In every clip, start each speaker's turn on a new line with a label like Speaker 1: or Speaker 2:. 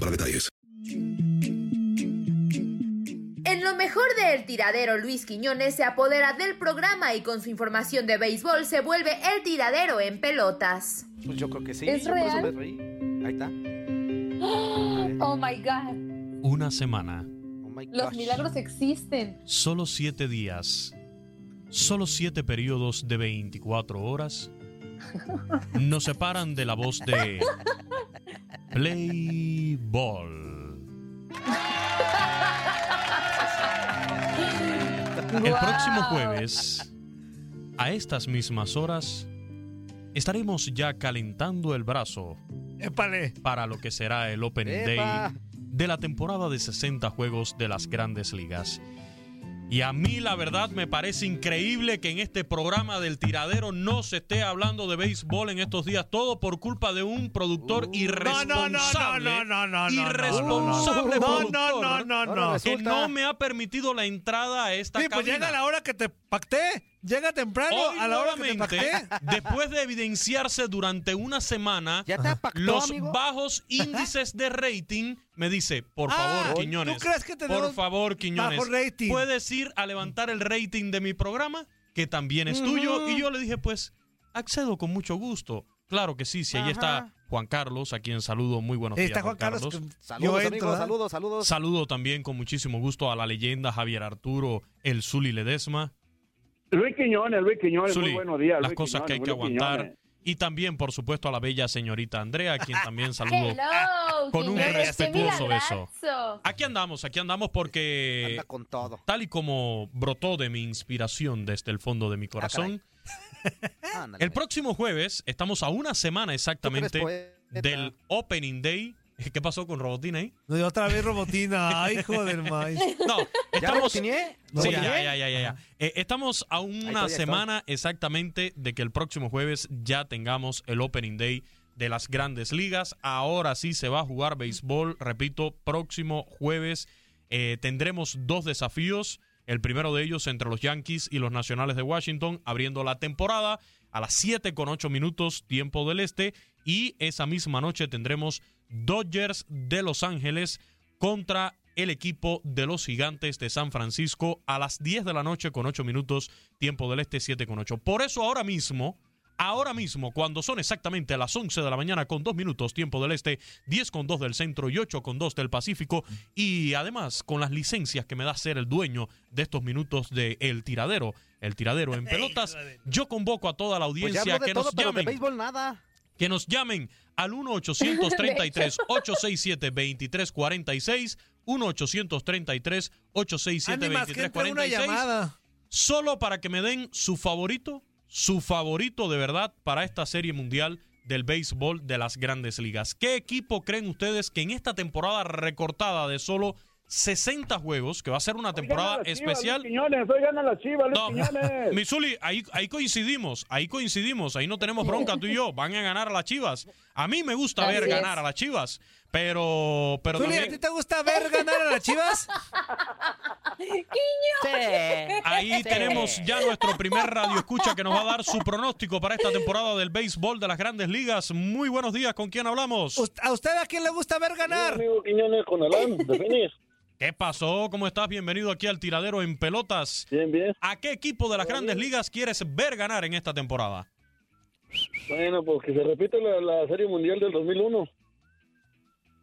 Speaker 1: para detalles.
Speaker 2: En lo mejor del tiradero, Luis Quiñones se apodera del programa y con su información de béisbol se vuelve el tiradero en pelotas.
Speaker 3: Pues yo creo que sí.
Speaker 4: ¿Es
Speaker 3: yo por eso
Speaker 4: real?
Speaker 3: me reí. Ahí está.
Speaker 4: Oh my God.
Speaker 5: Una semana,
Speaker 3: Oh my
Speaker 4: Los
Speaker 3: gosh.
Speaker 4: milagros existen.
Speaker 5: solo siete días, solo siete periodos de 24 horas nos separan de la voz de Play Ball. El próximo jueves, a estas mismas horas, estaremos ya calentando el brazo
Speaker 6: Épale.
Speaker 5: para lo que será el Open
Speaker 3: ¡Epa!
Speaker 5: Day de la temporada de 60 juegos de las grandes ligas. Y a mí la verdad me parece increíble que en este programa del tiradero no se esté hablando de béisbol en estos días, todo por culpa de un productor
Speaker 6: No, Uh, no, no, no,
Speaker 5: irresponsable.
Speaker 6: no, no, no, no.
Speaker 5: irresponsable
Speaker 6: No, no,
Speaker 5: productor
Speaker 6: no, no, no.
Speaker 3: Ahora
Speaker 5: que
Speaker 3: resulta-
Speaker 5: no me ha permitido la entrada a esta
Speaker 6: Sí, pues
Speaker 5: cabina.
Speaker 6: llega la hora que te pacté. Llega temprano
Speaker 5: Hoy
Speaker 6: a la hora que te
Speaker 5: nuevamente,
Speaker 6: pacté.
Speaker 5: después de evidenciarse durante una semana
Speaker 3: Ya te apactó,
Speaker 5: los
Speaker 3: amigo.
Speaker 5: bajos índices de rating, me dice, por
Speaker 6: Ah,
Speaker 5: favor,
Speaker 6: ¿tú
Speaker 5: Quiñones.
Speaker 6: crees que tenemos
Speaker 5: por favor, Quiñones.
Speaker 6: bajo rating?
Speaker 5: ¿Puedes ir a levantar el rating de mi programa, que también es tuyo? Y yo le dije, pues, accedo con mucho gusto. Claro que sí, si ahí está Juan Carlos, a quien saludo. Muy buenos
Speaker 6: Ahí
Speaker 5: días,
Speaker 6: está Juan Carlos. que
Speaker 3: Saludos,
Speaker 6: yo
Speaker 3: amigos,
Speaker 6: entro, ¿eh?
Speaker 3: saludos, saludos.
Speaker 5: Saludo también con muchísimo gusto a la leyenda Javier Arturo, el Zuli Ledesma.
Speaker 7: Luis Quiñones, Luis Quiñones,
Speaker 5: Zuli,
Speaker 7: muy buenos días.
Speaker 5: las
Speaker 7: Luis
Speaker 5: cosas que hay que
Speaker 7: Quiñones, Luis
Speaker 5: aguantar.
Speaker 7: Quiñones.
Speaker 5: Y también, por supuesto, a la bella señorita Andrea, a quien también saludo.
Speaker 4: Hello.
Speaker 5: Con un
Speaker 4: Quiñones, qué
Speaker 5: respetuoso beso.
Speaker 4: milagrazo.
Speaker 5: Aquí andamos, aquí andamos porque
Speaker 3: Anda con todo.
Speaker 5: tal y como brotó de mi inspiración desde el fondo
Speaker 3: Ah,
Speaker 5: de mi corazón,
Speaker 3: Ándale,
Speaker 5: eh, el próximo jueves estamos a una semana
Speaker 3: Tú
Speaker 5: exactamente
Speaker 3: eres poeta.
Speaker 5: del Opening Day. ¿Qué pasó con Robotina ahí?
Speaker 6: No, y otra vez robotina. Ay, hijo del maíz.
Speaker 5: No,
Speaker 3: ¿Ya
Speaker 5: estamos...
Speaker 3: botineé?
Speaker 5: Sí,
Speaker 6: ¿Robotiné?
Speaker 5: ya, ya, ya, ya, ya. Eh, estamos a
Speaker 3: Ahí
Speaker 5: una
Speaker 3: estoy, ahí
Speaker 5: semana exactamente de que el próximo jueves ya tengamos el Opening Day de las grandes ligas. Ahora sí se va a jugar béisbol, repito, próximo jueves eh, tendremos dos desafíos. El primero de ellos entre los Yankees y los Nacionales de Washington, abriendo la temporada a las 7 con 8 minutos, tiempo del este. Y esa misma noche tendremos Dodgers de Los Ángeles contra el equipo de los Gigantes de San Francisco a las 10 de la noche con 8 minutos, tiempo del este, 7 con 8. Por eso ahora mismo. Ahora mismo, cuando son exactamente las 11 de la mañana con 2 minutos tiempo del este, 10 con 2 del centro y 8 con 2 del Pacífico, y además con las licencias que me da ser el dueño de estos minutos de El Tiradero, El Tiradero en pelotas, yo convoco a toda la
Speaker 3: Pues ya
Speaker 5: audiencia
Speaker 3: hablo de
Speaker 5: que
Speaker 3: todo,
Speaker 5: nos
Speaker 3: pero de
Speaker 5: llamen
Speaker 3: béisbol nada.
Speaker 5: que nos llamen al 1-833-867-2346, 1-833-867-2346, solo para que me den su favorito, su favorito de verdad para esta serie mundial del béisbol de las grandes ligas. ¿Qué equipo creen ustedes que en esta temporada recortada de solo 60 juegos, que va a ser una temporada
Speaker 7: Oigan a las Chivas,
Speaker 5: especial.
Speaker 7: Luis Quiñones, oigan a las Chivas, Luis
Speaker 5: No,
Speaker 7: Quiñones.
Speaker 5: Misuli, ahí, ahí coincidimos, ahí coincidimos, ahí no tenemos bronca tú y yo, van a ganar a las Chivas. A mí me gusta ver
Speaker 6: Así es.
Speaker 5: ganar a las Chivas, pero, pero
Speaker 6: Zuli, ¿a
Speaker 5: también
Speaker 6: ti te gusta ver ganar a las chivas?
Speaker 5: ahí
Speaker 6: este.
Speaker 5: tenemos ya nuestro primer radio escucha que nos va a dar su pronóstico para esta temporada del béisbol de las grandes ligas. Muy buenos días, ¿con quién hablamos?
Speaker 6: ¿A usted a quién le gusta ver ganar?
Speaker 5: con Alan, de ¿Qué pasó? ¿Cómo estás? Bienvenido aquí al Tiradero en Pelotas. Bien, bien. ¿A qué equipo de las grandes ligas quieres ver ganar en esta temporada?
Speaker 8: Bueno, pues que se repite la, la Serie Mundial del 2001.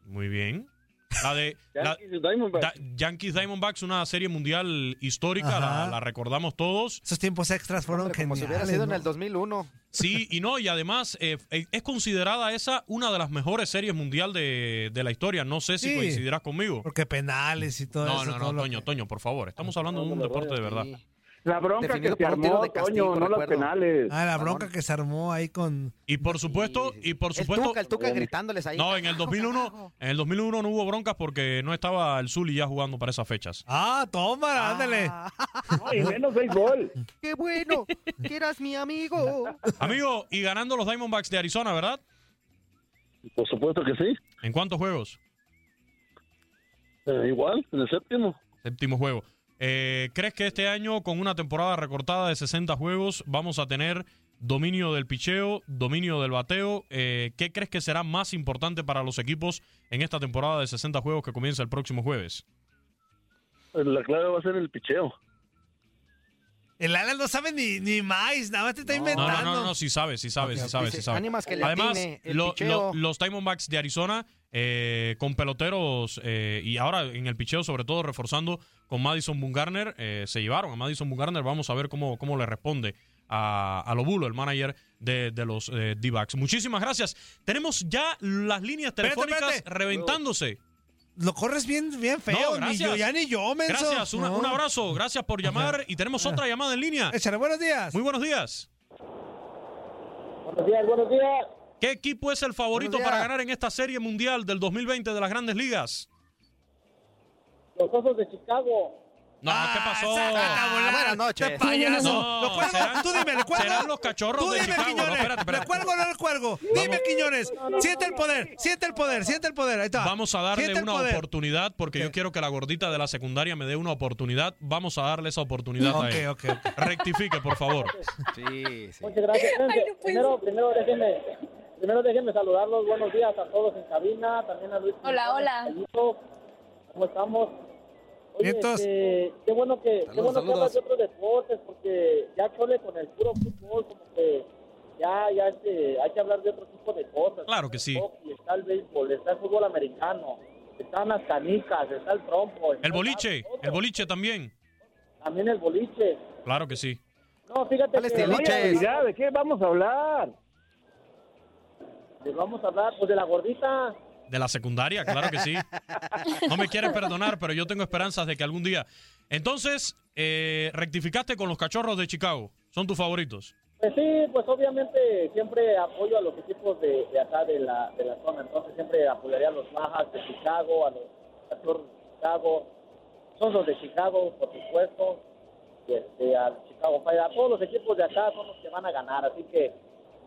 Speaker 5: Muy bien. La de la- Da- Yankees Diamondbacks, una serie mundial histórica, la,
Speaker 6: Ajá.
Speaker 5: la recordamos todos.
Speaker 6: Esos tiempos extras fueron
Speaker 3: Como
Speaker 6: geniales.
Speaker 3: si hubiera sido en
Speaker 6: ¿no?
Speaker 3: el 2001.
Speaker 5: Sí, y no, y además eh, eh, es considerada esa una de las mejores series mundial de, de la historia. No sé si
Speaker 6: Sí.
Speaker 5: coincidirás conmigo.
Speaker 6: Porque penales y todo
Speaker 5: No,
Speaker 6: eso.
Speaker 5: no,
Speaker 6: todo
Speaker 5: no,
Speaker 6: lo-
Speaker 5: Toño, Toño, por favor. Estamos hablando de un deporte de verdad.
Speaker 7: La bronca
Speaker 3: Definido
Speaker 7: que se
Speaker 3: por un tiro
Speaker 7: armó,
Speaker 3: de castigo,
Speaker 7: Toño, no las
Speaker 3: recuerdo.
Speaker 7: penales.
Speaker 6: Ah, la bronca que se armó ahí con...
Speaker 5: Y por supuesto, y por supuesto. oh,
Speaker 3: Tuca, el Tuca gritándoles ahí.
Speaker 5: No, en el 2001, en el 2001 no hubo broncas porque no estaba el Zuli ya jugando para esas fechas.
Speaker 6: Ah, toma, ándale.
Speaker 7: No, y menos béisbol.
Speaker 3: ¡Qué bueno! ¡Que eras mi amigo!
Speaker 5: Amigo, y ganando los Diamondbacks de Arizona, ¿verdad?
Speaker 8: Por supuesto que sí.
Speaker 5: ¿En cuántos juegos?
Speaker 8: Eh, igual, en el séptimo.
Speaker 5: Séptimo juego. Eh, ¿Crees que este año, con una temporada recortada de 60 juegos, vamos a tener dominio del picheo, dominio del bateo? Eh, ¿Qué crees que será más importante para los equipos en esta temporada de 60 juegos que comienza el próximo jueves?
Speaker 8: La clave va a ser el picheo.
Speaker 6: El Alan no sabe ni, ni más, nada más te está
Speaker 5: No,
Speaker 6: inventando.
Speaker 5: no, no, no, sí sabe, sí sabe, sí sabe, sí
Speaker 3: dice,
Speaker 5: sabe.
Speaker 3: "Ánimas que le
Speaker 5: Además,
Speaker 3: atine el
Speaker 5: lo-
Speaker 3: picheo".
Speaker 5: lo- los Diamondbacks de Arizona eh, con peloteros eh, y ahora en el picheo sobre todo reforzando con Madison Bumgarner, eh, se llevaron a Madison Bumgarner, vamos a ver cómo, cómo le responde a, a Lobulo, el manager de, de los eh, D-Backs. Muchísimas gracias. Tenemos ya las líneas
Speaker 6: Espérate,
Speaker 5: telefónicas
Speaker 6: espérate.
Speaker 5: reventándose.
Speaker 6: Lo corres bien, bien feo,
Speaker 5: No,
Speaker 6: ni yo, ya ni yo, menso.
Speaker 5: Gracias, una-
Speaker 6: No.
Speaker 5: un abrazo, gracias por llamar y tenemos otra llamada en línea.
Speaker 6: Échale, buenos días.
Speaker 5: Muy buenos días.
Speaker 7: Buenos días, buenos días.
Speaker 5: ¿Qué equipo es el favorito
Speaker 7: Buenos días.
Speaker 5: para ganar en esta serie mundial del 2020 de las grandes ligas?
Speaker 7: Los osos de Chicago.
Speaker 5: No,
Speaker 6: Ah,
Speaker 5: ¿qué pasó? ah,
Speaker 3: Buenas noches.
Speaker 6: Este payaso.
Speaker 5: No,
Speaker 6: ¿Lo cuelgo?
Speaker 5: serán-
Speaker 6: Tú dime, ¿le cuelgo?
Speaker 5: serán los cachorros
Speaker 6: Tú
Speaker 5: de
Speaker 6: dime,
Speaker 5: Chicago. No,
Speaker 6: Quiñones.
Speaker 5: espérate, espérate.
Speaker 6: ¿Le cuelgo o no le cuelgo? Dime, Quiñones. Siente el poder, siente el poder, siente el poder. Ahí está.
Speaker 5: Vamos a darle
Speaker 6: Siente el
Speaker 5: una
Speaker 6: poder.
Speaker 5: oportunidad porque yo quiero que la gordita de la secundaria me dé una oportunidad. Vamos a darle esa oportunidad
Speaker 6: Ok,
Speaker 5: a él.
Speaker 6: ok, ok.
Speaker 5: Rectifique, por favor.
Speaker 3: Sí, sí.
Speaker 7: Muchas gracias. primero, primero déjenme, primero déjenme saludarlos. Buenos días a todos en cabina, también a Luis.
Speaker 4: Hola, hola.
Speaker 7: Felipe, ¿Cómo estamos? Oye,
Speaker 6: Entonces-
Speaker 7: este, qué bueno que, qué
Speaker 6: Saludos,
Speaker 7: bueno que
Speaker 6: saludos.
Speaker 7: hablas de otros deportes, porque ya chole con el puro fútbol, como que ya, ya este, hay que hablar de otro tipo de cosas.
Speaker 5: Claro que sí.
Speaker 7: hockey, está el béisbol, está el fútbol americano, están las canicas, está el trompo. está
Speaker 5: El boliche, el boliche también.
Speaker 7: También el boliche.
Speaker 5: Claro que sí.
Speaker 7: No, fíjate
Speaker 3: ¿Cuáles
Speaker 7: que...
Speaker 3: tiliches?
Speaker 7: Oye, mira, ¿de qué vamos a hablar? ¿De vamos a hablar? Pues de la gordita.
Speaker 5: De la secundaria, claro que sí. No me quieres perdonar, pero yo tengo esperanzas de que algún día. Entonces, eh, rectificaste con los cachorros de Chicago. Son tus favoritos.
Speaker 7: Pues sí, pues obviamente siempre apoyo a los equipos de, de acá de la, de la zona, entonces siempre apoyaría a los Majas de Chicago, a los Cachorros de Chicago, son los de Chicago, por supuesto, y este, a los Chicago Fire, a todos los equipos de acá son los que van a ganar, así que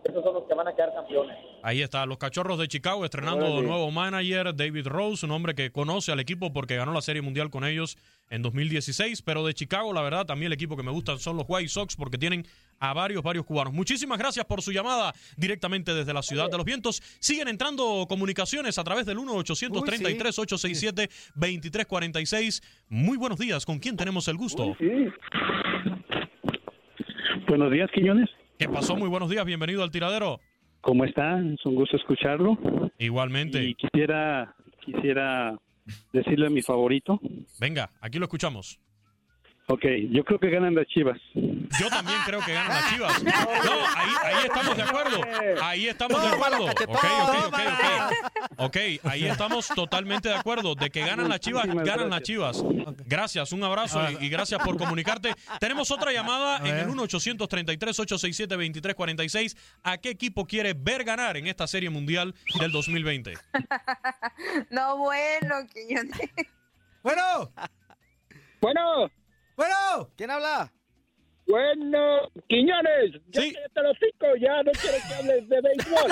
Speaker 7: esos son los que van a quedar campeones.
Speaker 5: Ahí está, los Cachorros de Chicago estrenando
Speaker 7: Órale.
Speaker 5: nuevo manager, David Rose, un hombre que conoce al equipo porque ganó la Serie Mundial con ellos en 2016, pero de Chicago, la verdad, también el equipo que me gustan son los White Sox porque tienen a varios, varios cubanos. Muchísimas gracias por su llamada directamente desde la Ciudad de los Vientos. Siguen entrando comunicaciones a través del 1-833-867-2346. Muy buenos días, ¿con quién tenemos el gusto?
Speaker 9: Buenos días, Quiñones.
Speaker 5: ¿Qué pasó? Muy buenos días, bienvenido al tiradero.
Speaker 9: ¿Cómo está? Es un gusto escucharlo.
Speaker 5: Igualmente.
Speaker 9: Y quisiera, quisiera decirle mi favorito.
Speaker 5: Venga, aquí lo escuchamos.
Speaker 9: Ok, yo creo que ganan las Chivas.
Speaker 5: Yo también creo que ganan las Chivas. No, ahí, ahí estamos de acuerdo. Ahí estamos de acuerdo. Ok, ok, ok, ok. Ok, ahí estamos totalmente de acuerdo. De que ganan las Chivas,
Speaker 6: Muchísimas
Speaker 5: ganan las Chivas. Gracias, un abrazo y, y gracias por comunicarte. Tenemos otra llamada en el 1-833-867-2346. ¿A qué equipo quiere ver ganar en esta Serie Mundial del 2020?
Speaker 10: No, bueno, Quiñones.
Speaker 6: Bueno.
Speaker 7: Bueno.
Speaker 6: Bueno.
Speaker 3: ¿Quién habla?
Speaker 7: Bueno, Quiñones, ya te lo pico, ya no quiero que hables de béisbol.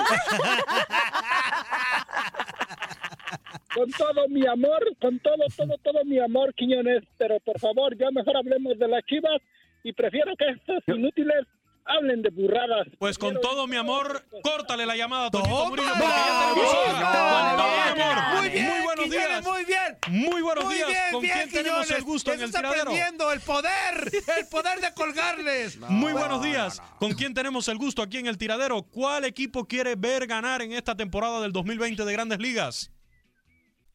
Speaker 7: con todo mi amor, con todo, todo, todo mi amor, Quiñones, pero por favor, ya mejor hablemos de las chivas y prefiero que estos inútiles hablen de burradas.
Speaker 5: Pues con todo mi amor, córtale la llamada a Toñito Murillo. porque
Speaker 6: ¡Toma!
Speaker 5: ya tenemos otra. Con todo mi amor.
Speaker 6: Muy bien,
Speaker 5: Muy buenos
Speaker 6: Quiñones,
Speaker 5: días.
Speaker 6: Muy bien.
Speaker 5: Muy buenos días.
Speaker 6: bien,
Speaker 5: ¿Con
Speaker 6: bien,
Speaker 5: quién tenemos
Speaker 6: Quiñones?
Speaker 5: el
Speaker 6: Ya
Speaker 5: gusto en
Speaker 6: se
Speaker 5: el
Speaker 6: está
Speaker 5: tiradero?
Speaker 6: aprendiendo el poder, el poder de colgarles.
Speaker 5: Muy buenos días. ¿Con quién tenemos el gusto aquí en el tiradero? ¿Cuál equipo quiere ver ganar en esta temporada del 2020 de Grandes Ligas?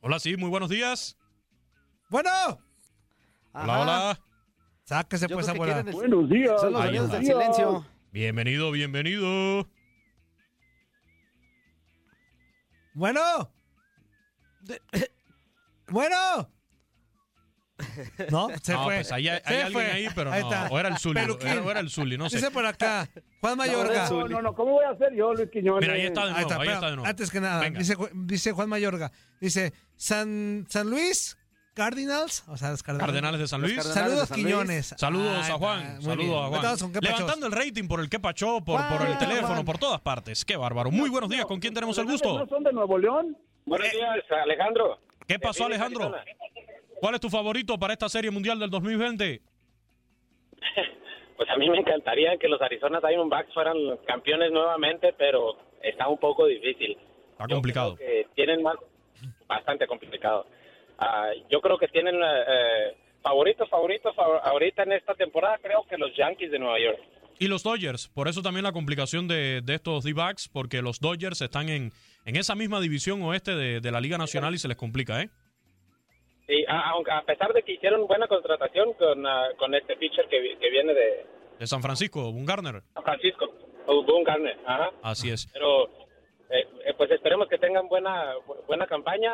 Speaker 5: Hola, sí, muy buenos días.
Speaker 6: Bueno.
Speaker 5: Hola, hola.
Speaker 6: Sáquese
Speaker 5: Yo
Speaker 6: pues,
Speaker 5: creo que
Speaker 6: abuela.
Speaker 5: quieren el- Buenos días. son los Ahí sonidos está. del
Speaker 3: silencio.
Speaker 5: Bienvenido, bienvenido.
Speaker 6: Bueno. De- Bueno. No, se
Speaker 5: No,
Speaker 6: fue.
Speaker 5: pues ahí hay-
Speaker 6: Se
Speaker 5: hay alguien
Speaker 6: fue.
Speaker 5: ahí, pero no. O era el Zuli,
Speaker 6: Peluquín.
Speaker 5: era- o era el Zuli, no sé.
Speaker 6: Dice por acá, Juan Mayorga.
Speaker 7: No, no, no, ¿cómo voy a hacer yo, Luis Quiñones?
Speaker 5: Mira, ahí está de nuevo, ahí
Speaker 6: pero
Speaker 5: está de nuevo.
Speaker 6: Antes que nada,
Speaker 5: Venga.
Speaker 6: dice, Ju- dice Juan Mayorga, dice San, San Luis Cardinals, o sea, los Cardinals.
Speaker 5: Cardenales de San Luis.
Speaker 6: Saludos, Quiñones.
Speaker 5: Saludos
Speaker 6: Ay,
Speaker 5: a
Speaker 6: ah,
Speaker 5: Juan.
Speaker 6: muy
Speaker 5: Saludos
Speaker 6: bien.
Speaker 5: a Juan.
Speaker 6: Vamos con qué pachos.
Speaker 5: Levantando el rating por el que pachó, por, por el teléfono, por todas partes. Qué bárbaro. Muy buenos días. ¿Con quién tenemos el gusto?
Speaker 7: ¿No son de Nuevo León?
Speaker 8: Buenos días, Alejandro.
Speaker 5: ¿Qué pasó, Alejandro? ¿Cuál es tu favorito para esta Serie Mundial del 2020?
Speaker 8: Pues a mí me encantaría que los Arizona Diamondbacks fueran los campeones nuevamente, pero está un poco difícil.
Speaker 5: Está complicado.
Speaker 8: que tienen más, bastante complicado. Ah, yo creo que tienen eh, eh, favoritos, favoritos favor- ahorita en esta temporada, creo que los Yankees de Nueva York.
Speaker 5: Y los Dodgers, por eso también la complicación de, de estos D-backs, porque los Dodgers están en, en esa misma división oeste de, de la Liga Nacional y se les complica, ¿eh?
Speaker 8: Y a, aunque- a pesar de que hicieron buena contratación con, ah, con este pitcher que, vi- que viene de
Speaker 5: De San Francisco, un Garner.
Speaker 8: San Francisco, o Boone Garner, ajá.
Speaker 5: Así es.
Speaker 8: pero eh, eh, pues esperemos que tengan buena bu- buena campaña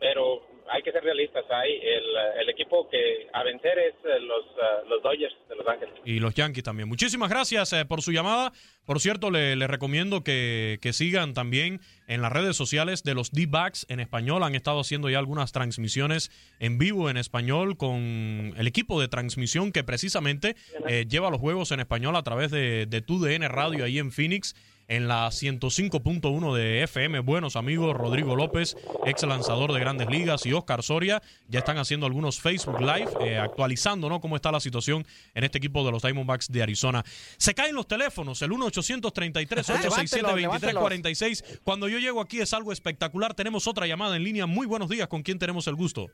Speaker 8: pero hay que ser realistas hay el, eh, el equipo que a vencer es eh, los eh, los Dodgers de Los Ángeles
Speaker 5: Y los Yankees también. Muchísimas gracias eh, por su llamada. Por cierto, le, le recomiendo que, que sigan también en las redes sociales de los D-Backs en español. Han estado haciendo ya algunas transmisiones en vivo en español con el equipo de transmisión que precisamente eh, lleva los juegos en español a través de, de TUDN Radio ahí en Phoenix. En la 105.1 de FM, buenos amigos, Rodrigo López, ex lanzador de grandes ligas, y Oscar Soria, ya están haciendo algunos Facebook Live, eh, actualizando ¿no? cómo está la situación en este equipo de los Diamondbacks de Arizona. Se caen los teléfonos, el 1 833 867 2346 Cuando yo llego aquí es algo espectacular. Tenemos otra llamada en línea. Muy buenos días, ¿con quién tenemos el gusto?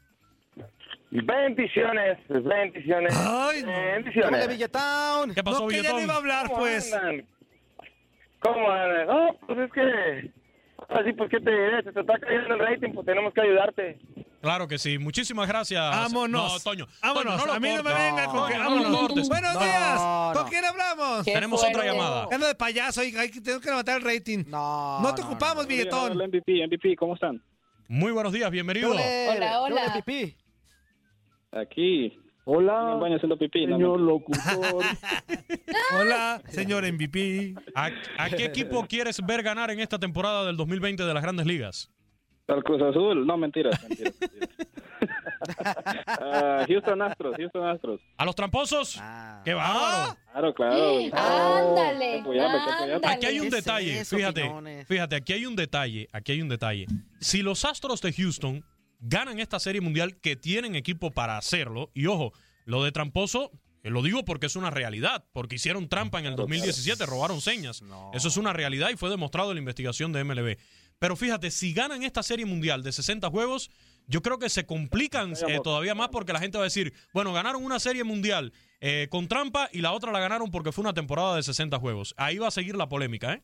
Speaker 11: Bendiciones, bendiciones. bendiciones.
Speaker 3: Billetown!
Speaker 5: ¿Qué
Speaker 11: No, que ya no iba a hablar, pues. ¿Cómo andan? No, pues es que. Así, pues, ¿qué te diré? Se te está cayendo el rating, pues tenemos que ayudarte.
Speaker 5: Claro que sí. Muchísimas gracias.
Speaker 6: Vámonos.
Speaker 5: No, Toño.
Speaker 6: Vámonos.
Speaker 5: Toño, lo
Speaker 6: a mí no me
Speaker 5: cortes.
Speaker 6: venga con que
Speaker 5: Toño, no lo
Speaker 6: vámonos.
Speaker 5: cortes.
Speaker 6: Buenos
Speaker 5: No,
Speaker 6: días.
Speaker 5: no.
Speaker 6: ¿Con quién hablamos?
Speaker 5: Qué Tenemos otra fuerte. llamada.
Speaker 6: Ando de payaso y hay que tengo que levantar el rating. No. No te ocupamos, billetón.
Speaker 11: MVP, MVP, ¿cómo están?
Speaker 5: Muy buenos días, bienvenido.
Speaker 4: Hola, hola.
Speaker 11: Aquí. Hola. En el baño haciendo pipí. Señor
Speaker 8: locutor.
Speaker 6: Hola, señor MVP.
Speaker 5: ¿A, a qué equipo quieres ver ganar en esta temporada del 2020 de las Grandes Ligas?
Speaker 11: Al Cruz Azul. No, mentiras, mentiras. mentiras. Ah, Houston Astros, Houston Astros.
Speaker 5: ¿A los tramposos?
Speaker 11: Ah.
Speaker 5: ¡Qué bárbaro!
Speaker 11: Claro, Ah, claro.
Speaker 4: Ándale,
Speaker 11: apoyarme, hay que
Speaker 4: Ah,
Speaker 11: apoyarme.
Speaker 5: Aquí hay un
Speaker 11: ¿Qué es
Speaker 5: detalle,
Speaker 11: eso,
Speaker 5: fíjate,
Speaker 11: Quiñones?
Speaker 5: fíjate, aquí hay un detalle, aquí hay un detalle. Si los Astros de Houston ganan esta serie mundial, que tienen equipo para hacerlo. Y ojo, lo de tramposo, eh, lo digo porque es una realidad, porque hicieron trampa en el 2017, robaron señas. Eso es una realidad y fue demostrado en la investigación de MLB. Pero fíjate, si ganan esta serie mundial de 60 juegos, yo creo que se complican eh, todavía más porque la gente va a decir, bueno, ganaron una serie mundial eh, con trampa y la otra la ganaron porque fue una temporada de 60 juegos. Ahí va a seguir la polémica, ¿eh?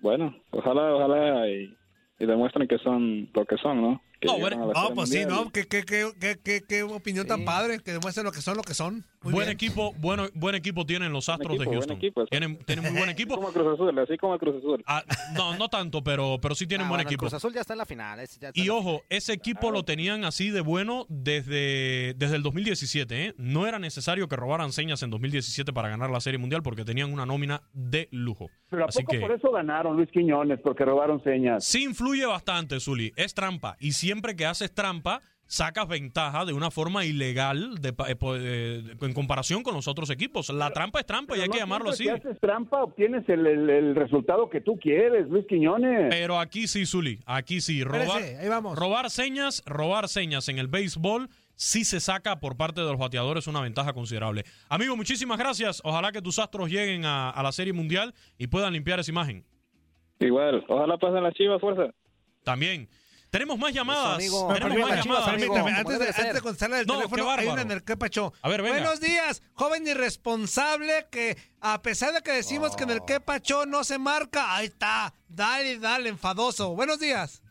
Speaker 11: Bueno, ojalá, ojalá y, y demuestren que son lo que son, ¿no? Que
Speaker 6: No,
Speaker 11: llegaron a la Serie
Speaker 6: pues sí,
Speaker 11: Mundial.
Speaker 6: ¿no? ¿Qué, qué, qué, qué, qué, qué opinión tan padre, que demuestren lo que son, lo que son. Muy
Speaker 5: buen
Speaker 6: bien.
Speaker 5: equipo, bueno, buen equipo tienen los Astros
Speaker 11: equipo,
Speaker 5: de
Speaker 11: buen
Speaker 5: Houston.
Speaker 11: equipo, eso.
Speaker 5: tienen, tienen muy buen equipo.
Speaker 11: Como Cruz Azul, así como Cruz Azul.
Speaker 5: Ah, no, no tanto, pero, pero sí tienen
Speaker 3: Ah,
Speaker 5: buen
Speaker 3: bueno, el
Speaker 5: equipo.
Speaker 3: Cruz Azul ya está en la final. es- ya está en
Speaker 5: Y
Speaker 3: la-
Speaker 5: ojo, ese equipo lo tenían así de bueno desde, desde el 2017. ¿eh? No era necesario que robaran señas en 2017 para ganar la Serie Mundial porque tenían una nómina de lujo.
Speaker 12: Pero ¿a
Speaker 5: Así
Speaker 12: poco
Speaker 5: que
Speaker 12: por eso ganaron Luis Quiñones? Porque robaron señas.
Speaker 5: sí influye bastante, Zuli. Es trampa. Y siempre que haces trampa, sacas ventaja de una forma ilegal de pa- eh, po- eh, en comparación con los otros equipos. La trampa es trampa y pues, hay
Speaker 12: No
Speaker 5: que llamarlo así.
Speaker 12: siempre que haces trampa, obtienes el, el- el resultado que tú quieres, Luis Quiñones.
Speaker 5: Pero aquí sí, Zuli, aquí sí. Robar,
Speaker 6: Espérese, ahí vamos.
Speaker 5: robar señas, robar señas en el béisbol sí se saca por parte de los bateadores una ventaja considerable. Amigo, muchísimas gracias. Ojalá que tus astros lleguen a, a la Serie Mundial y puedan limpiar esa imagen.
Speaker 11: Igual, ojalá pasen las chivas, fuerza.
Speaker 5: También. Tenemos más llamadas.
Speaker 11: amigo.
Speaker 6: No,
Speaker 5: Tenemos
Speaker 6: permítame,
Speaker 5: más llamadas.
Speaker 6: permítame, antes, de, antes de contestarle al
Speaker 5: No, qué
Speaker 6: teléfono, hay
Speaker 5: bárbaro.
Speaker 6: una en el que pachó.
Speaker 5: A ver, venga.
Speaker 6: Buenos días, joven irresponsable que a pesar de que decimos que en
Speaker 11: Oh.
Speaker 6: el que pachó no se marca, ahí está, dale, dale, enfadoso. Buenos días.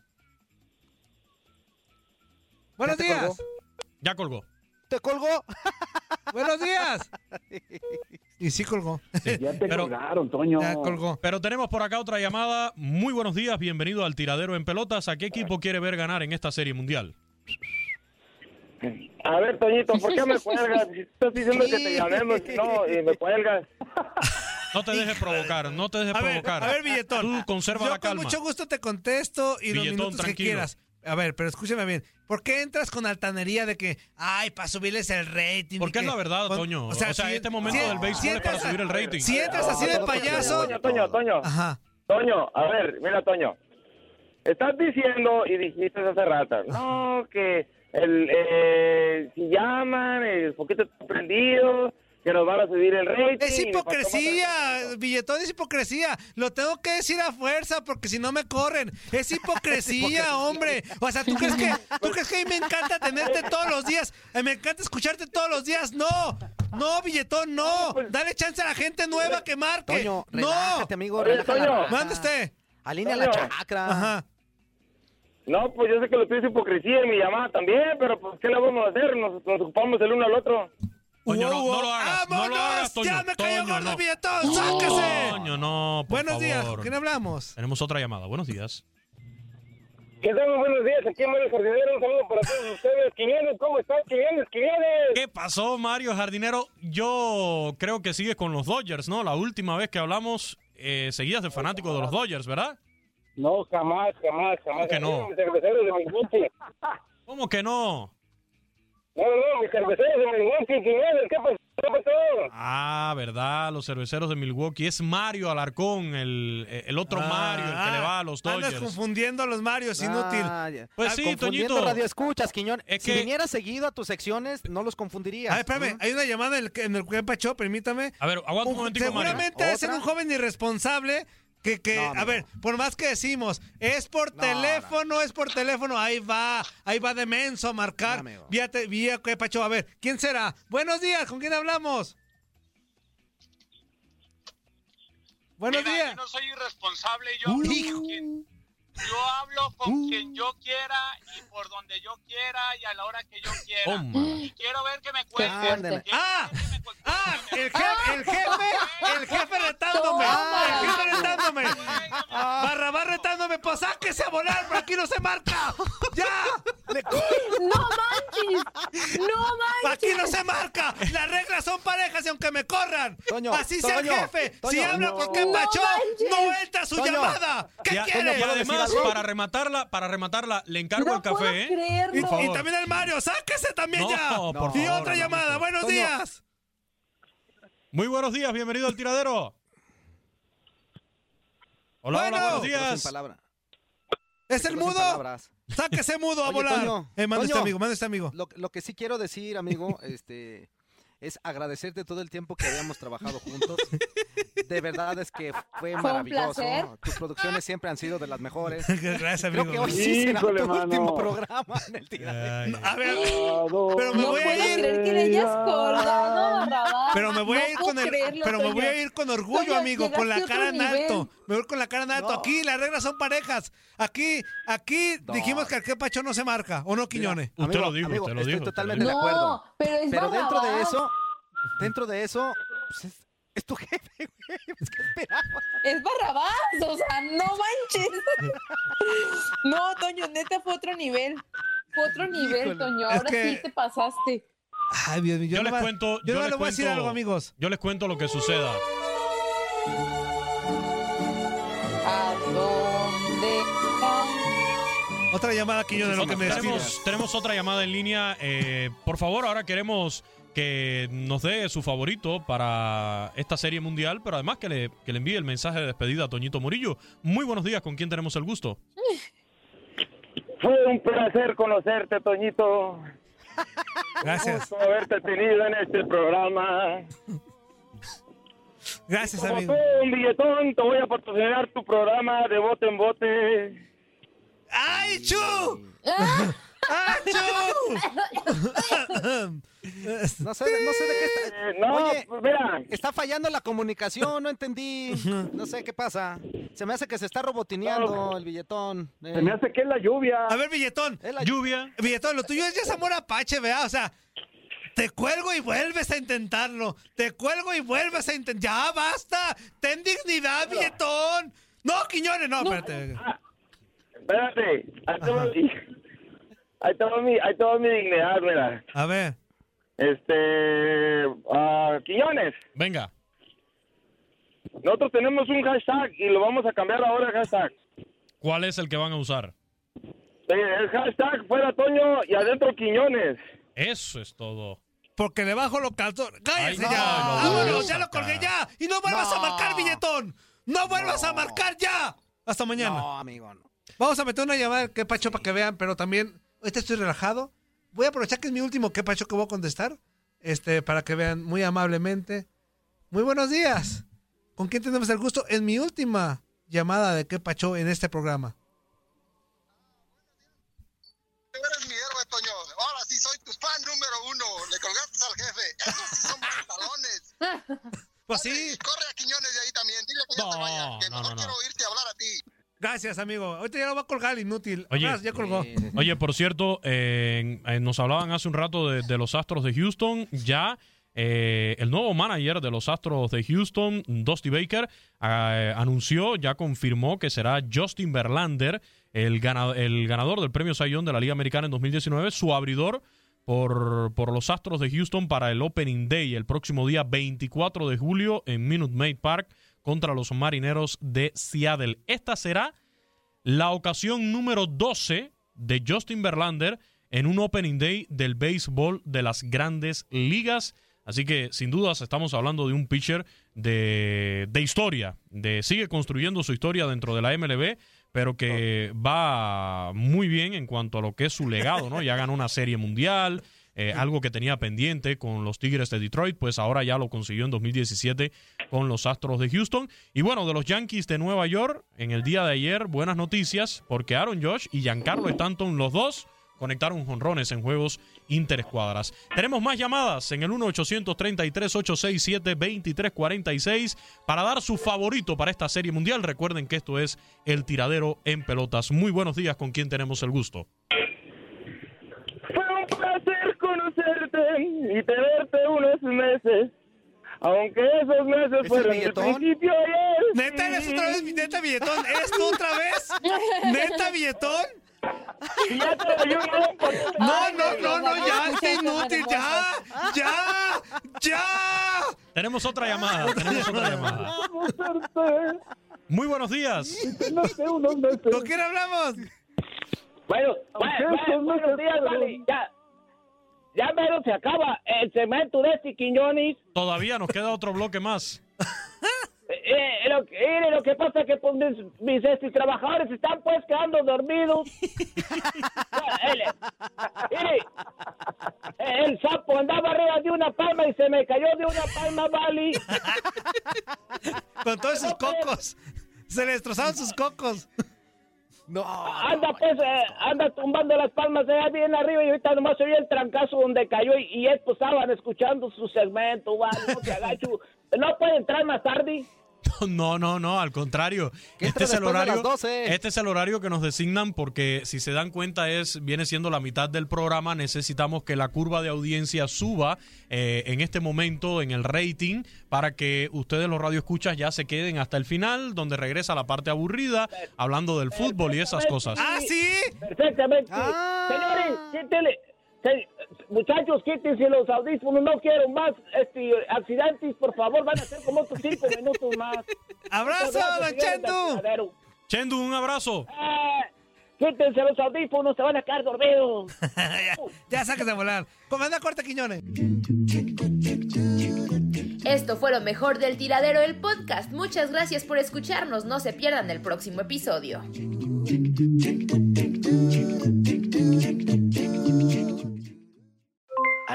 Speaker 6: Buenos
Speaker 3: te colgó?
Speaker 6: días.
Speaker 5: Ya colgó.
Speaker 3: ¿Te colgó?
Speaker 6: Buenos días. Y sí colgó.
Speaker 12: Ya te
Speaker 5: Pero-
Speaker 12: colgaron, Toño.
Speaker 6: Ya colgó.
Speaker 5: Pero tenemos por acá otra llamada. Muy buenos días, bienvenido al tiradero en pelotas. ¿A qué equipo quiere ver ganar en esta Serie Mundial?
Speaker 11: A ver, Toñito, ¿por qué me cuelgas? Estás diciendo que te llamemos, no, y me cuelgas.
Speaker 5: No te dejes provocar, no te dejes
Speaker 6: A ver,
Speaker 5: provocar.
Speaker 6: a ver, billetón.
Speaker 5: Tú conserva
Speaker 6: Yo
Speaker 5: la calma.
Speaker 6: con mucho gusto te contesto y los
Speaker 5: Billetón,
Speaker 6: minutos que
Speaker 5: tranquilo.
Speaker 6: quieras. A ver, pero escúchame bien. ¿Por qué entras con altanería de que, ay, para subirles el rating? y
Speaker 5: Porque es
Speaker 6: que-
Speaker 5: la verdad,
Speaker 6: con-
Speaker 5: Toño. O sea,
Speaker 6: si-
Speaker 5: este momento
Speaker 6: si-
Speaker 5: del béisbol
Speaker 6: si
Speaker 5: es para
Speaker 6: entras a-
Speaker 5: subir el rating.
Speaker 6: Si entras así de payaso,
Speaker 11: Toño, Toño, Toño.
Speaker 6: Ajá.
Speaker 11: Toño, a ver, mira, Toño. Estás diciendo, y dijiste hace rato, no, que el, eh, si llaman, eh, el poquito prendido, que nos van a subir el rating.
Speaker 6: es hipocresía, billetón es hipocresía. Lo tengo que decir a fuerza porque si no me corren. Es hipocresía, hombre. O sea, ¿tú crees que tú crees que a mí me encanta tenerte todos los días? Eh, Me encanta escucharte todos los días. No, no, billetón, no. Dale chance a la gente nueva que marque.
Speaker 3: Toño,
Speaker 6: no.
Speaker 3: relájate, amigo.
Speaker 11: Oye,
Speaker 3: relájate.
Speaker 11: Toño.
Speaker 6: Mande usted.
Speaker 3: Alinea la
Speaker 11: Toño.
Speaker 3: chacra.
Speaker 6: Ajá.
Speaker 11: No, pues yo sé que lo tuyo es hipocresía en mi llamada también, pero pues, ¿qué le vamos a hacer? Nos, nos ocupamos el uno al otro.
Speaker 5: Toño, no,
Speaker 6: Wow,
Speaker 5: no lo hagas. No lo hagas,
Speaker 6: ¡Vámonos!
Speaker 5: Ah, Toño.
Speaker 6: ¡Ya me cayó
Speaker 5: Toño,
Speaker 6: gordo
Speaker 5: no.
Speaker 6: billetón! ¡Sáquese!
Speaker 5: Toño, no, por
Speaker 6: Buenos días,
Speaker 5: favor.
Speaker 6: ¿con quién hablamos?
Speaker 5: Tenemos otra llamada. Buenos días.
Speaker 11: Que tengan buenos días, aquí en Mario Jardinero, un saludo para todos ustedes. Quiñones, ¿cómo están? Quiñones, Quiñones.
Speaker 5: ¿Qué pasó, Mario Jardinero? Yo creo que sigues con los Dodgers, ¿no? La última vez que hablamos, eh, seguías de fanático de los Dodgers, ¿verdad?
Speaker 11: No, jamás, jamás, jamás.
Speaker 5: que no?
Speaker 11: Mis cerveceros de Milwaukee.
Speaker 5: ¿Cómo que no?
Speaker 11: No, no, no, mis cerveceros de Milwaukee, Quiñones, ¿qué pasó? ¿Qué pasó?
Speaker 5: Ah, verdad, los cerveceros de Milwaukee. Es Mario Alarcón, el, el otro
Speaker 6: Ah,
Speaker 5: Mario, el que le va a los
Speaker 6: Andas
Speaker 5: Dodgers.
Speaker 6: confundiendo a los Marios, inútil.
Speaker 3: Ah, ya.
Speaker 5: Pues
Speaker 3: Ah,
Speaker 5: sí,
Speaker 3: confundiendo
Speaker 5: Toñito.
Speaker 3: radio escuchas, Quiñón.
Speaker 5: Es
Speaker 3: si
Speaker 5: que-
Speaker 3: viniera seguido a tus secciones, no los confundirías.
Speaker 6: A ver, Ah, espérame, eh, hay una llamada en el, que- en el que Pacho, permítame.
Speaker 5: A ver, aguanta un
Speaker 6: Un-
Speaker 5: momentico, Mario.
Speaker 6: seguramente es
Speaker 3: ¿Otra?
Speaker 6: un joven irresponsable que, que
Speaker 3: No,
Speaker 6: a
Speaker 3: amigo.
Speaker 6: ver, por más que decimos, es por
Speaker 3: No,
Speaker 6: teléfono, es por teléfono, ahí va, ahí va de menso a marcar.
Speaker 3: No, amigo.
Speaker 6: Vía, te- vía que Pacho, a ver, ¿quién será? Buenos días, ¿con quién hablamos? Buenos
Speaker 13: Mira,
Speaker 6: días.
Speaker 13: Yo no soy irresponsable, yo hablo, con quien, yo hablo con quien yo quiera y por donde yo quiera y a la hora que yo quiera.
Speaker 5: Oh, my.
Speaker 13: y quiero ver que me cuenten.
Speaker 3: ándale.
Speaker 13: que-
Speaker 6: ¡Ah! ¡Ah! El jefe, el jefe, el jefe retándome. El jefe retándome. Barrabás retándome. Pues sáquese a volar, por aquí no se marca. ¡Ya! Le-
Speaker 4: ¡No manches! ¡No manches!
Speaker 6: Aquí no se marca. Las reglas son parejas y aunque me corran.
Speaker 3: Toño,
Speaker 6: Así sea el
Speaker 3: Toño,
Speaker 6: jefe. Si
Speaker 3: Toño,
Speaker 6: habla
Speaker 3: no.
Speaker 6: porque Pacho,
Speaker 4: No
Speaker 6: no
Speaker 4: manches.
Speaker 6: entra su
Speaker 3: Toño.
Speaker 6: llamada. ¿Qué
Speaker 5: Y a-
Speaker 6: quiere?
Speaker 5: Y además,
Speaker 3: algo?
Speaker 5: para rematarla, para rematarla, le encargo
Speaker 4: No
Speaker 5: el café, ¿eh?
Speaker 4: puedo creerlo.
Speaker 6: Y,
Speaker 5: Por favor.
Speaker 6: y también el Mario, sáquese también
Speaker 5: No,
Speaker 6: ya.
Speaker 5: por
Speaker 6: y
Speaker 5: favor,
Speaker 6: otra llamada.
Speaker 5: Ramiro.
Speaker 6: Buenos
Speaker 3: Toño.
Speaker 6: días.
Speaker 5: Muy buenos días, bienvenido al tiradero.
Speaker 6: Bueno.
Speaker 5: Hola, hola, buenos
Speaker 3: Pero sin
Speaker 5: días.
Speaker 3: palabra.
Speaker 6: ¿Es el mudo? Sáquese mudo a
Speaker 14: Oye,
Speaker 6: volar.
Speaker 14: Toño,
Speaker 6: Eh, manda este
Speaker 14: Toño.
Speaker 6: amigo, manda este amigo.
Speaker 14: Lo, lo que sí quiero decir, amigo, este, es agradecerte todo el tiempo que habíamos trabajado juntos. De verdad es que fue
Speaker 4: un
Speaker 14: maravilloso.
Speaker 4: placer.
Speaker 14: Tus producciones siempre han sido de las mejores.
Speaker 6: Gracias,
Speaker 14: Creo
Speaker 6: amigo.
Speaker 14: que hoy sí será tu
Speaker 6: Híjole, mano.
Speaker 14: último programa en el tiradero.
Speaker 6: A ver, pero me
Speaker 4: no
Speaker 6: voy
Speaker 4: puedo
Speaker 6: a ir.
Speaker 4: creer que le hayas colgado, Barrabás.
Speaker 6: Pero me voy
Speaker 4: No
Speaker 6: a ir
Speaker 4: puedo
Speaker 6: con el,
Speaker 4: creerlo,
Speaker 6: pero me voy a
Speaker 4: Toño.
Speaker 6: ir con orgullo,
Speaker 4: Toño,
Speaker 6: amigo, con la
Speaker 4: llegaste a
Speaker 6: cara en
Speaker 4: otro nivel.
Speaker 6: alto. Me voy con la cara en alto.
Speaker 4: No.
Speaker 6: Aquí las reglas son parejas. Aquí, aquí dijimos que al que pacho no se marca, ¿o no, Quiñones?
Speaker 5: Usted lo dijo, usted lo
Speaker 14: estoy
Speaker 5: dijo, usted lo
Speaker 14: totalmente
Speaker 5: dijo.
Speaker 14: de acuerdo.
Speaker 4: pero es
Speaker 14: Pero dentro de
Speaker 4: Barrabás.
Speaker 14: eso, dentro de eso, pues, es, es tu jefe, güey. Es que esperaba.
Speaker 4: Es Barrabás, o sea, no manches. No, Toño, neta fue otro nivel. Fue otro nivel,
Speaker 6: Híjole,
Speaker 4: Toño.
Speaker 6: es
Speaker 4: Ahora
Speaker 6: que-
Speaker 4: sí te pasaste.
Speaker 6: Ay, Dios mío,
Speaker 5: Yo, les
Speaker 6: nomás-
Speaker 5: cuento.
Speaker 6: Yo, no
Speaker 5: les
Speaker 6: le voy a decir
Speaker 5: cuento-
Speaker 6: algo, amigos.
Speaker 5: Yo les cuento lo que suceda.
Speaker 4: ¿A dónde
Speaker 6: Otra llamada, Quiñones, lo que me despidas.
Speaker 5: tenemos, tenemos otra llamada en línea. eh, por favor, ahora queremos que nos dé su favorito para esta serie mundial, pero además que le, que le envíe el mensaje de despedida a Toñito Murillo. Muy buenos días, ¿con quién tenemos el gusto?
Speaker 11: Fue un placer conocerte, Toñito.
Speaker 6: Gracias.
Speaker 11: Gusto haberte tenido en este programa.
Speaker 6: Gracias,
Speaker 11: Como
Speaker 6: amigo.
Speaker 11: tú, un billetón, te voy a patrocinar tu programa de bote en bote. Eh,
Speaker 6: ¡Ay, Chu!
Speaker 4: ¡Ah!
Speaker 6: ¡Ay, Chu!
Speaker 14: No sé, no sé de qué está.
Speaker 11: Eh, no,
Speaker 14: Oye,
Speaker 11: pues, mira.
Speaker 14: está fallando la comunicación, no entendí. No sé qué pasa. Se me hace que se está robotineando el billetón. eh.
Speaker 12: Se me hace que es la lluvia.
Speaker 6: A ver, billetón.
Speaker 5: Lluvia.
Speaker 6: Billetón, lo tuyo es ya es amor apache, vea, o sea, te cuelgo y vuelves a intentarlo. Te cuelgo y vuelves a intentar. Ya basta. Ten dignidad, billetón. No, Quiñones, no, espérate.
Speaker 11: Espérate, ahí te va mi- ahí te va mi, ahí te va mi dignidad, mira.
Speaker 6: A ver.
Speaker 11: Este, ah, Quiñones,
Speaker 5: Venga.
Speaker 11: nosotros tenemos un hashtag y lo vamos a cambiar ahora el hashtag.
Speaker 5: ¿Cuál es el que van a usar?
Speaker 11: Eh, El hashtag fuera Toño y adentro Quiñones.
Speaker 5: Eso es todo.
Speaker 6: Porque le bajo los calzones. ¡Cállese
Speaker 5: Ay,
Speaker 6: ya!
Speaker 5: no, no,
Speaker 6: ¡Vámonos!
Speaker 5: no,
Speaker 6: ¡Ya
Speaker 5: no,
Speaker 6: lo colgué ya! ¡Y no vuelvas a marcar, billetón! ¡No vuelvas a marcar ya! Hasta mañana.
Speaker 14: No, amigo, no.
Speaker 6: Vamos a meter una llamada al que pacho para que vean, pero también, ahorita estoy relajado. Voy a aprovechar que es mi último que pacho que voy a contestar. Este, para que vean muy amablemente. Muy buenos días. ¿Con quién tenemos el gusto? En mi última llamada de que pacho en este programa.
Speaker 15: eres mi héroe, Toño. Ahora sí soy tu fan número uno. Le colgaste al jefe. Esos sí son pantalones.
Speaker 6: Pues sí.
Speaker 15: Corre a Quiñones de ahí también. Dile que ya te vaya. Que mejor quiero oírte hablar a ti.
Speaker 6: Gracias, amigo. Ahorita ya lo va a colgar el inútil.
Speaker 5: Oye.
Speaker 6: Abrazo, ya colgó.
Speaker 5: Oye, por cierto, eh, eh, nos hablaban hace un rato de, de los Astros de Houston. Ya eh, el nuevo manager de los Astros de Houston, Dusty Baker, eh, anunció, ya confirmó que será Justin Verlander, el, gana- el ganador del premio Sayón de la Liga Americana en 2019, su abridor por, por los Astros de Houston para el Opening Day el próximo día 24 de julio en Minute Maid Park contra los Marineros de Seattle. Esta será la ocasión número 12 de Justin Verlander en un Opening Day del béisbol de las grandes ligas. Así que sin dudas estamos hablando de un pitcher de, de historia, de sigue construyendo su historia dentro de la MLB, pero que va muy bien en cuanto a lo que es su legado, ¿no? Ya ganó una serie mundial, eh, algo que tenía pendiente con los Tigres de Detroit, pues ahora ya lo consiguió en 2017 con los Astros de Houston. Y bueno, de los Yankees de Nueva York, en el día de ayer, buenas noticias, porque Aaron Josh y Giancarlo Stanton, los dos, conectaron jonrones en juegos interescuadras. Tenemos más llamadas en el 1-833-867-2346 para dar su favorito para esta serie mundial. Recuerden que esto es El Tiradero en Pelotas. Muy buenos días, ¿con quién tenemos el gusto?
Speaker 11: Fue un placer conocerte y tenerte unos meses. Aunque esos meses fueron el principio y el
Speaker 6: ¿Neta eres otra vez, neta billetón? ¿Eres tú otra vez? ¿Neta billetón?
Speaker 11: ya te lo ayudo, porque te-
Speaker 6: No, no, no, no, ya, este inútil, ya, ya, ya.
Speaker 5: Tenemos otra llamada, tenemos otra llamada. Muy buenos días.
Speaker 6: ¿Con quién hablamos?
Speaker 11: Bueno,
Speaker 7: Aunque
Speaker 11: bueno,
Speaker 7: estos
Speaker 11: bueno,
Speaker 7: meses
Speaker 11: buenos días,
Speaker 7: fueron-
Speaker 11: vale, ya. Ya mero se acaba el cemento de este Quiñones.
Speaker 5: Todavía nos queda otro bloque más.
Speaker 11: Eh,
Speaker 16: Mire lo, mire, lo que pasa que pues, mis, mis, este, trabajadores están pues quedando dormidos. Mire, mire, el sapo andaba arriba de una palma y se me cayó de una palma, Bali.
Speaker 6: Con todos sus cocos. Se le destrozaron sus cocos.
Speaker 16: No. Anda, pues, eh, anda tumbando las palmas allá bien arriba y ahorita nomás se oye el trancazo donde cayó y, y estos estaban escuchando su segmento, vale, no te agacho. ¿No puede entrar más tarde?
Speaker 5: No, no, no, al contrario. Este es, el horario, este es el horario que nos designan porque si se dan cuenta es viene siendo la mitad del programa. Necesitamos que la curva de audiencia suba eh, en este momento en el rating para que ustedes los radioescuchas ya se queden hasta el final, donde regresa la parte aburrida, hablando del fútbol y esas cosas.
Speaker 6: Ah, sí.
Speaker 16: Perfectamente. Ah. Señores, quítele, muchachos, quítense los audífonos, no quiero más este, accidentes, por favor, van a ser como otros cinco minutos más.
Speaker 6: ¡Abrazo, don Chendu!
Speaker 5: Chendu, un abrazo.
Speaker 16: Ah, quítense los audífonos, se van a quedar dormidos.
Speaker 6: ya, ya sáquese a volar. Comanda corta, Quiñones.
Speaker 2: Esto fue lo mejor del tiradero del podcast. Muchas gracias por escucharnos. No se pierdan el próximo episodio.